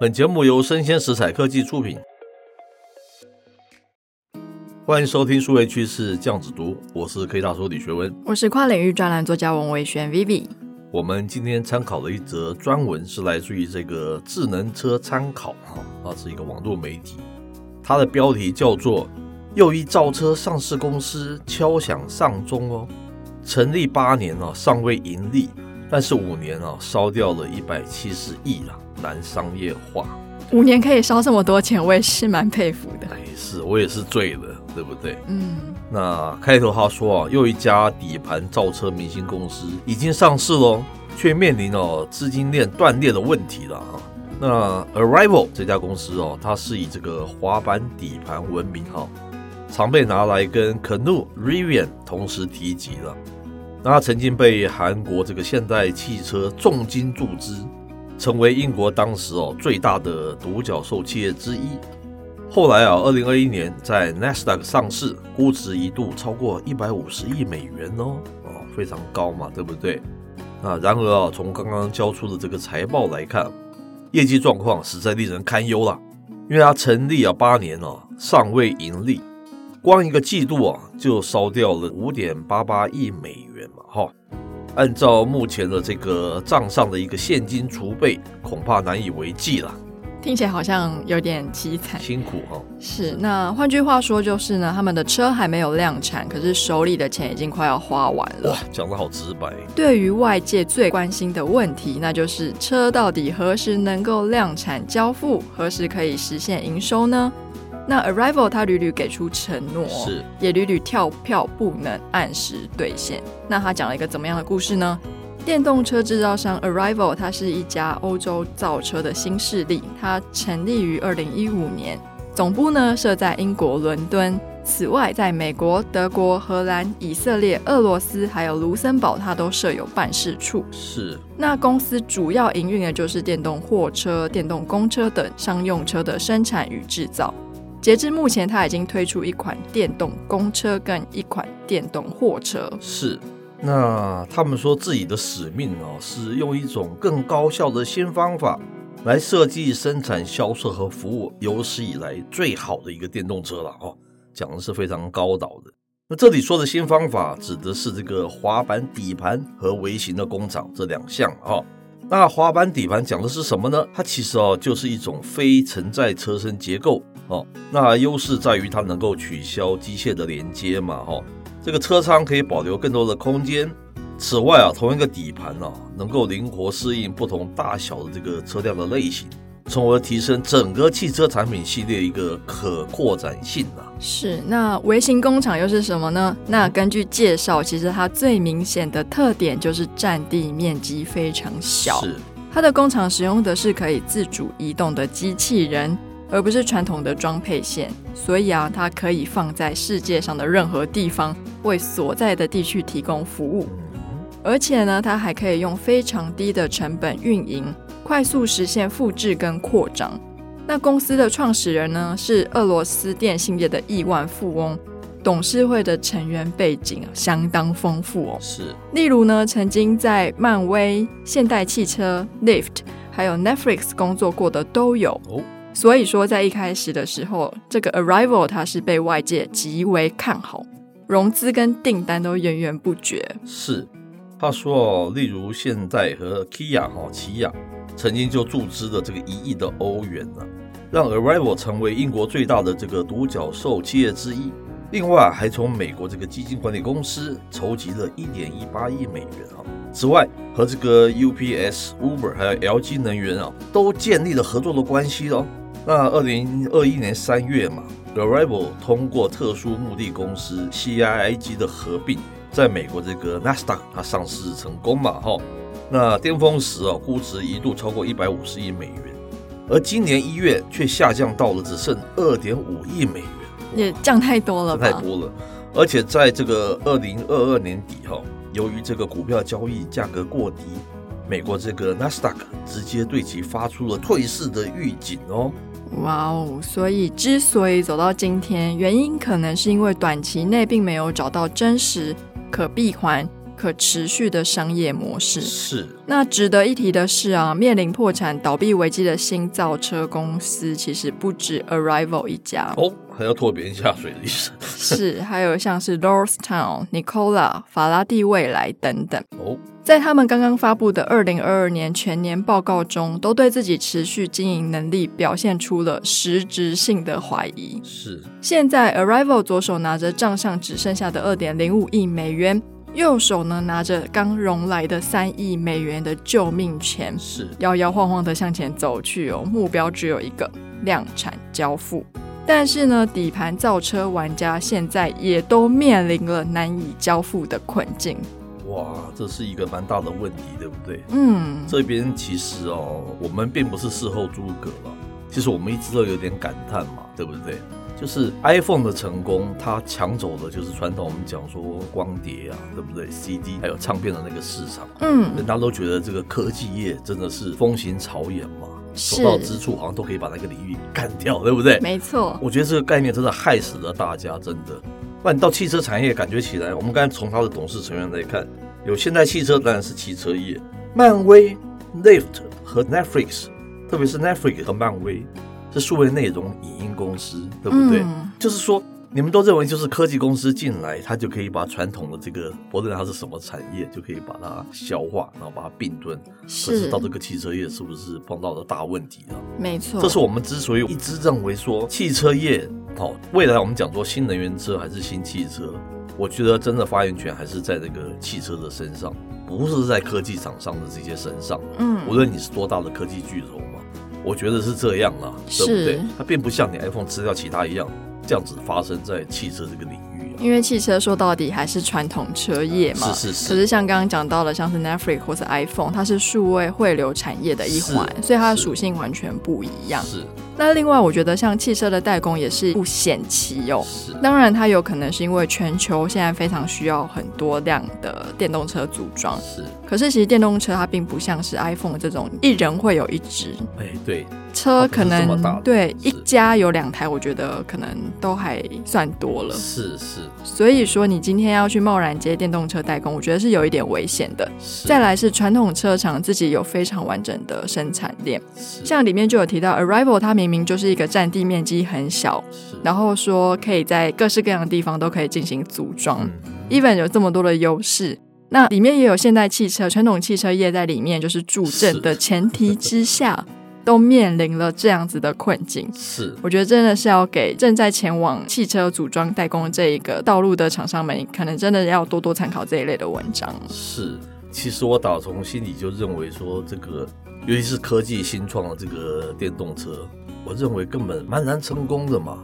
本节目由生鲜食材科技出品，欢迎收听数位趋势酱子读，我是 K 大叔李学文。我是跨领域专栏作家王维轩 Vivi。我们今天参考的一则专文是来自于这个智能车参考哈，它是一个网络媒体，它的标题叫做“又一造车上市公司敲响丧钟哦，成立八年哦尚未盈利，但是五年哦烧掉了一百七十亿啊，难商业化。五年可以烧这么多钱，我也是蛮佩服的。哎，是我也是醉了，对不对？嗯，那开头他说啊，又一家底盘造车明星公司已经上市喽，却面临哦资金链断裂的问题了啊。那 Arrival 这家公司哦，它是以这个滑板底盘闻名哈、常被拿来跟 Canoe、Rivian 同时提及了。那它曾经被韩国这个现代汽车重金注资，成为英国当时哦最大的独角兽企业之一。后来啊，二零二一年在 NASDAQ 上市，估值一度超过一百五十亿美元哦，哦，非常高嘛，对不对？啊，然而啊，从刚刚交出的这个财报来看，业绩状况实在令人堪忧啦。因为它成立啊八年哦、尚未盈利，光一个季度啊就烧掉了五点八八亿美元嘛，哈、按照目前的这个账上的一个现金储备，恐怕难以为继了，听起来好像有点凄惨。辛苦哈、哦。是，那换句话说就是呢，他们的车还没有量产，可是手里的钱已经快要花完哇了。，讲的好直白。对于外界最关心的问题，那就是车到底何时能够量产交付，何时可以实现营收呢？那 Arrival 它屡屡给出承诺，是也屡屡跳票不能按时兑现。那他讲了一个怎么样的故事呢？电动车制造商 Arrival，它是一家欧洲造车的新势力，它成立于二零一五年，总部呢设在英国伦敦。此外，在美国、德国、荷兰、以色列、俄罗斯还有卢森堡，它都设有办事处。是那公司主要营运的就是电动货车、电动公车等商用车的生产与制造。截至目前，它已经推出一款电动公车跟一款电动货车。是，那他们说自己的使命哦，是用一种更高效的新方法来设计、生产、销售和服务有史以来最好的一个电动车了哦，讲的是非常高导的。那这里说的新方法指的是这个滑板底盘和微型的工厂这两项哦。那滑板底盘讲的是什么呢？它其实哦就是一种非承载车身结构哦，那优势在于它能够取消机械的连接嘛哦，这个车舱可以保留更多的空间。此外啊，同一个底盘啊，能够灵活适应不同大小的这个车辆的类型，从而提升整个汽车产品系列一个可扩展性啊。是，那微型工厂又是什么呢？那根据介绍，其实它最明显的特点就是占地面积非常小。是它的工厂使用的是可以自主移动的机器人，而不是传统的装配线，所以啊，它可以放在世界上的任何地方，为所在的地区提供服务。而且呢，它还可以用非常低的成本运营，快速实现复制跟扩张。那公司的创始人呢，是俄罗斯电信业的亿万富翁，董事会的成员背景啊相当丰富哦。是例如呢，曾经在漫威、现代汽车、Lyft 还有 Netflix 工作过的都有。哦，所以说，在一开始的时候，这个 Arrival 它是被外界极为看好，融资跟订单都源源不绝。是。他说哦，例如现代和 Kia 哈、起亚曾经就注资了这个一亿的欧元呢、让 Arrival 成为英国最大的这个独角兽企业之一。另外，还从美国这个基金管理公司筹集了1.18亿美元啊。此外，和这个 UPS、Uber 还有 LG 能源啊，都建立了合作的关系哦。那2021年3月嘛，Arrival 通过特殊目的公司 CIIG 的合并，在美国这个 NASDAQ 它哦上市成功嘛，哈。那巅峰时啊，估值一度超过一百五十亿美元。而今年一月却下降到了只剩二点五亿美元，也降太多了这太吧？多了。而且在这个二零二二年底哈、由于这个股票交易价格过低，美国这个 NASDAQ 直接对其发出了退市的预警哦。哇哦！所以之所以走到今天，原因可能是因为短期内并没有找到真实、可闭环、可持续的商业模式。是，那值得一提的是啊，面临破产、倒闭危机的新造车公司其实不止 Arrival 一家，哦，还要拖别人下水的意思是还有像是 Lordstown、Nicola、法拉第未来等等。哦。在他们刚刚发布的二零二二年全年报告中，都对自己持续经营能力表现出了实质性的怀疑。是，现在 Arrival 左手拿着账上只剩下的二点零五亿美元，右手呢拿着刚融来的三亿美元的救命钱，是摇摇晃晃的向前走去哦，目标只有一个：量产交付。但是呢，底盘造车玩家现在也都面临了难以交付的困境。哇，这是一个蛮大的问题，对不对？嗯，这边其实哦，我们并不是事后诸葛了，其实我们一直都有点感叹嘛，对不对？就是 iPhone 的成功，它抢走的就是传统我们讲说光碟啊，对不对？CD 还有唱片的那个市场，嗯，人家都觉得这个科技业真的是风行草野嘛，所是到之处好像都可以把那个领域干掉，对不对？没错，我觉得这个概念真的害死了大家，真的。那你到汽车产业，感觉起来，我们刚才从它的董事成员来看，有现代汽车当然是汽车业，漫威、Lyft 和 Netflix，特别是 Netflix 和漫威是数位内容影音公司，对不对？嗯就是说，你们都认为就是科技公司进来，它就可以把传统的这个，不论它是什么产业，就可以把它消化，然后把它并吞。可是是到这个汽车业，是不是碰到了大问题啊呢？没错，这是我们之所以一直认为说汽车业，好、未来我们讲说新能源车还是新汽车，我觉得真的发言权还是在这个汽车的身上，不是在科技厂商的这些身上。无嗯，论你是多大的科技巨头嘛，我觉得是这样啦，对不对是？它并不像你 iPhone 吃掉其他一样，这样子发生在汽车这个领域、啊。因为汽车说到底还是传统车业嘛，是是是，可是像刚刚讲到了，像是 Netflix 或是 iPhone，它是数位汇流产业的一环，是所以它的是属性完全不一样。是那另外，我觉得像汽车的代工也是不显奇哦。是当然，它有可能是因为全球现在非常需要很多辆的电动车组装，是，可是其实电动车它并不像是 iPhone 这种一人会有一只哎，对，车，它可不是这么大能的对是一家有两台，我觉得可能都还算多了。是是所以说，你今天要去贸然接电动车代工，我觉得是有一点危险的。是，再来是传统车厂自己有非常完整的生产链，是像里面就有提到 Arrival，它明明就是一个占地面积很小，是，然后说可以在各式各样的地方都可以进行组装、嗯 e v e n 有这么多的优势。那里面也有现代汽车、传统汽车业在里面，就是助阵的前提 之下，都面临了这样子的困境。是我觉得真的是要给正在前往汽车组装代工这一个道路的厂商们，可能真的要多多参考这一类的文章。是，其实我打从心里就认为说，这个尤其是科技新创的这个电动车，我认为根本蛮难成功的嘛，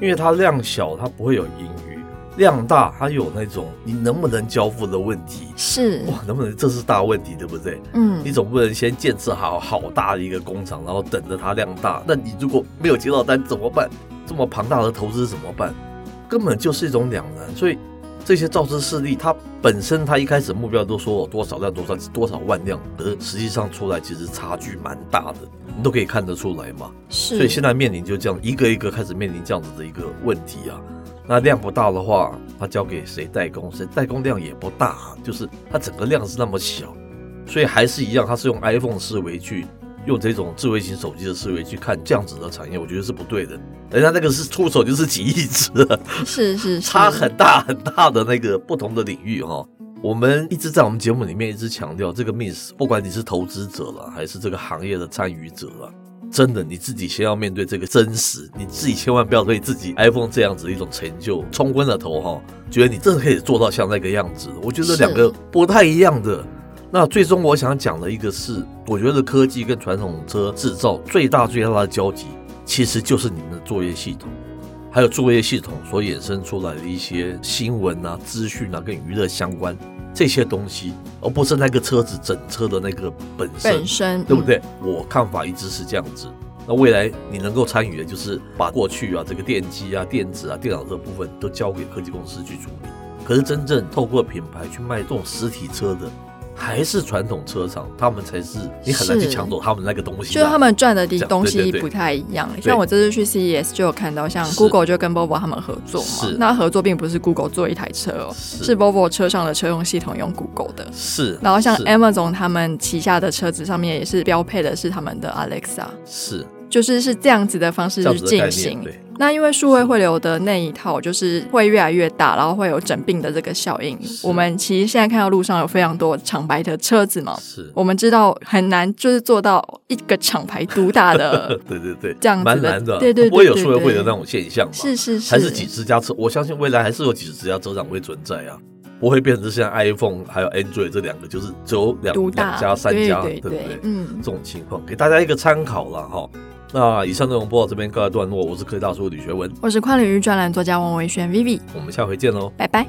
因为它量小，它不会有盈余；量大，它有那种你能不能交付的问题。是，哇，能不能这是大问题，对不对？嗯你，总不能先建设好好大的一个工厂，然后等着它量大。那你如果没有接到单怎么办？这么庞大的投资怎么办？根本就是一种两难。所以这些造车势力，它本身它一开始目标都说我多少辆多少多少万辆，可是实际上出来其实差距蛮大的，你都可以看得出来嘛。是，所以现在面临就这样一个一个开始面临这样子的一个问题啊。那量不大的话，它交给谁代工？谁代工量也不大，就是它整个量是那么小，所以还是一样，它是用 iPhone 思维去用这种智慧型手机的思维去看这样子的产业，我觉得是不对的。人家那个是出手就是几亿只啊了，是是是差很大很大的那个不同的领域哈、我们一直在我们节目里面一直强调，这个 miss，不管你是投资者了，还是这个行业的参与者了，真的你自己先要面对这个真实，你自己千万不要对自己 iPhone 这样子的一种成就冲昏了头哈、觉得你真的可以做到像那个样子。我觉得是两个不太一样的。那最终我想讲的一个是，我觉得科技跟传统车制造最大最大的交集，其实就是你们的作业系统。还有作业系统所衍生出来的一些新闻啊、资讯啊，跟娱乐相关这些东西，而不是那个车子整车的那个本身，本身对不？嗯对？我看法一直是这样子。那未来你能够参与的，就是把过去啊这个电机啊、电子啊、电脑这部分都交给科技公司去处理。可是真正透过品牌去卖这种实体车的，还是传统车厂，他们才是你很难去是抢走他们那个东西、啊。就是他们赚的这样东对西对对不太一样。对像我这次去 CES 就有看到，像是 Google 就跟 Volvo 他们合作嘛是。那合作并不是 Google 做一台车哦，是是 Volvo 车上的车用系统用 Google 的。是，然后像是 Amazon 他们旗下的车子上面也是标配的是他们的 Alexa，是就是是这样子的方式这样去子的概进念，行。对，那因为数位汇流的那一套就是会越来越大，然后会有整并的这个效应。是我们其实现在看到路上有非常多厂牌的车子嘛，是，我们知道很难就是做到一个厂牌独 大的对对对，这样子的蛮难的，对对对不会有说对对会有那种现象嘛？是是是，还是几十家车，我相信未来还是有几十家车厂会存在啊，不会变成像 iPhone 还有 Android 这两个就是只有两独两大家三家，对不对对？嗯这，种情况给大家一个参考了哈。那以上内容播到这边告一段落，我是科技大叔李学文，我是跨领域专栏作家王维轩 Vivi，我们下回见喽。拜拜。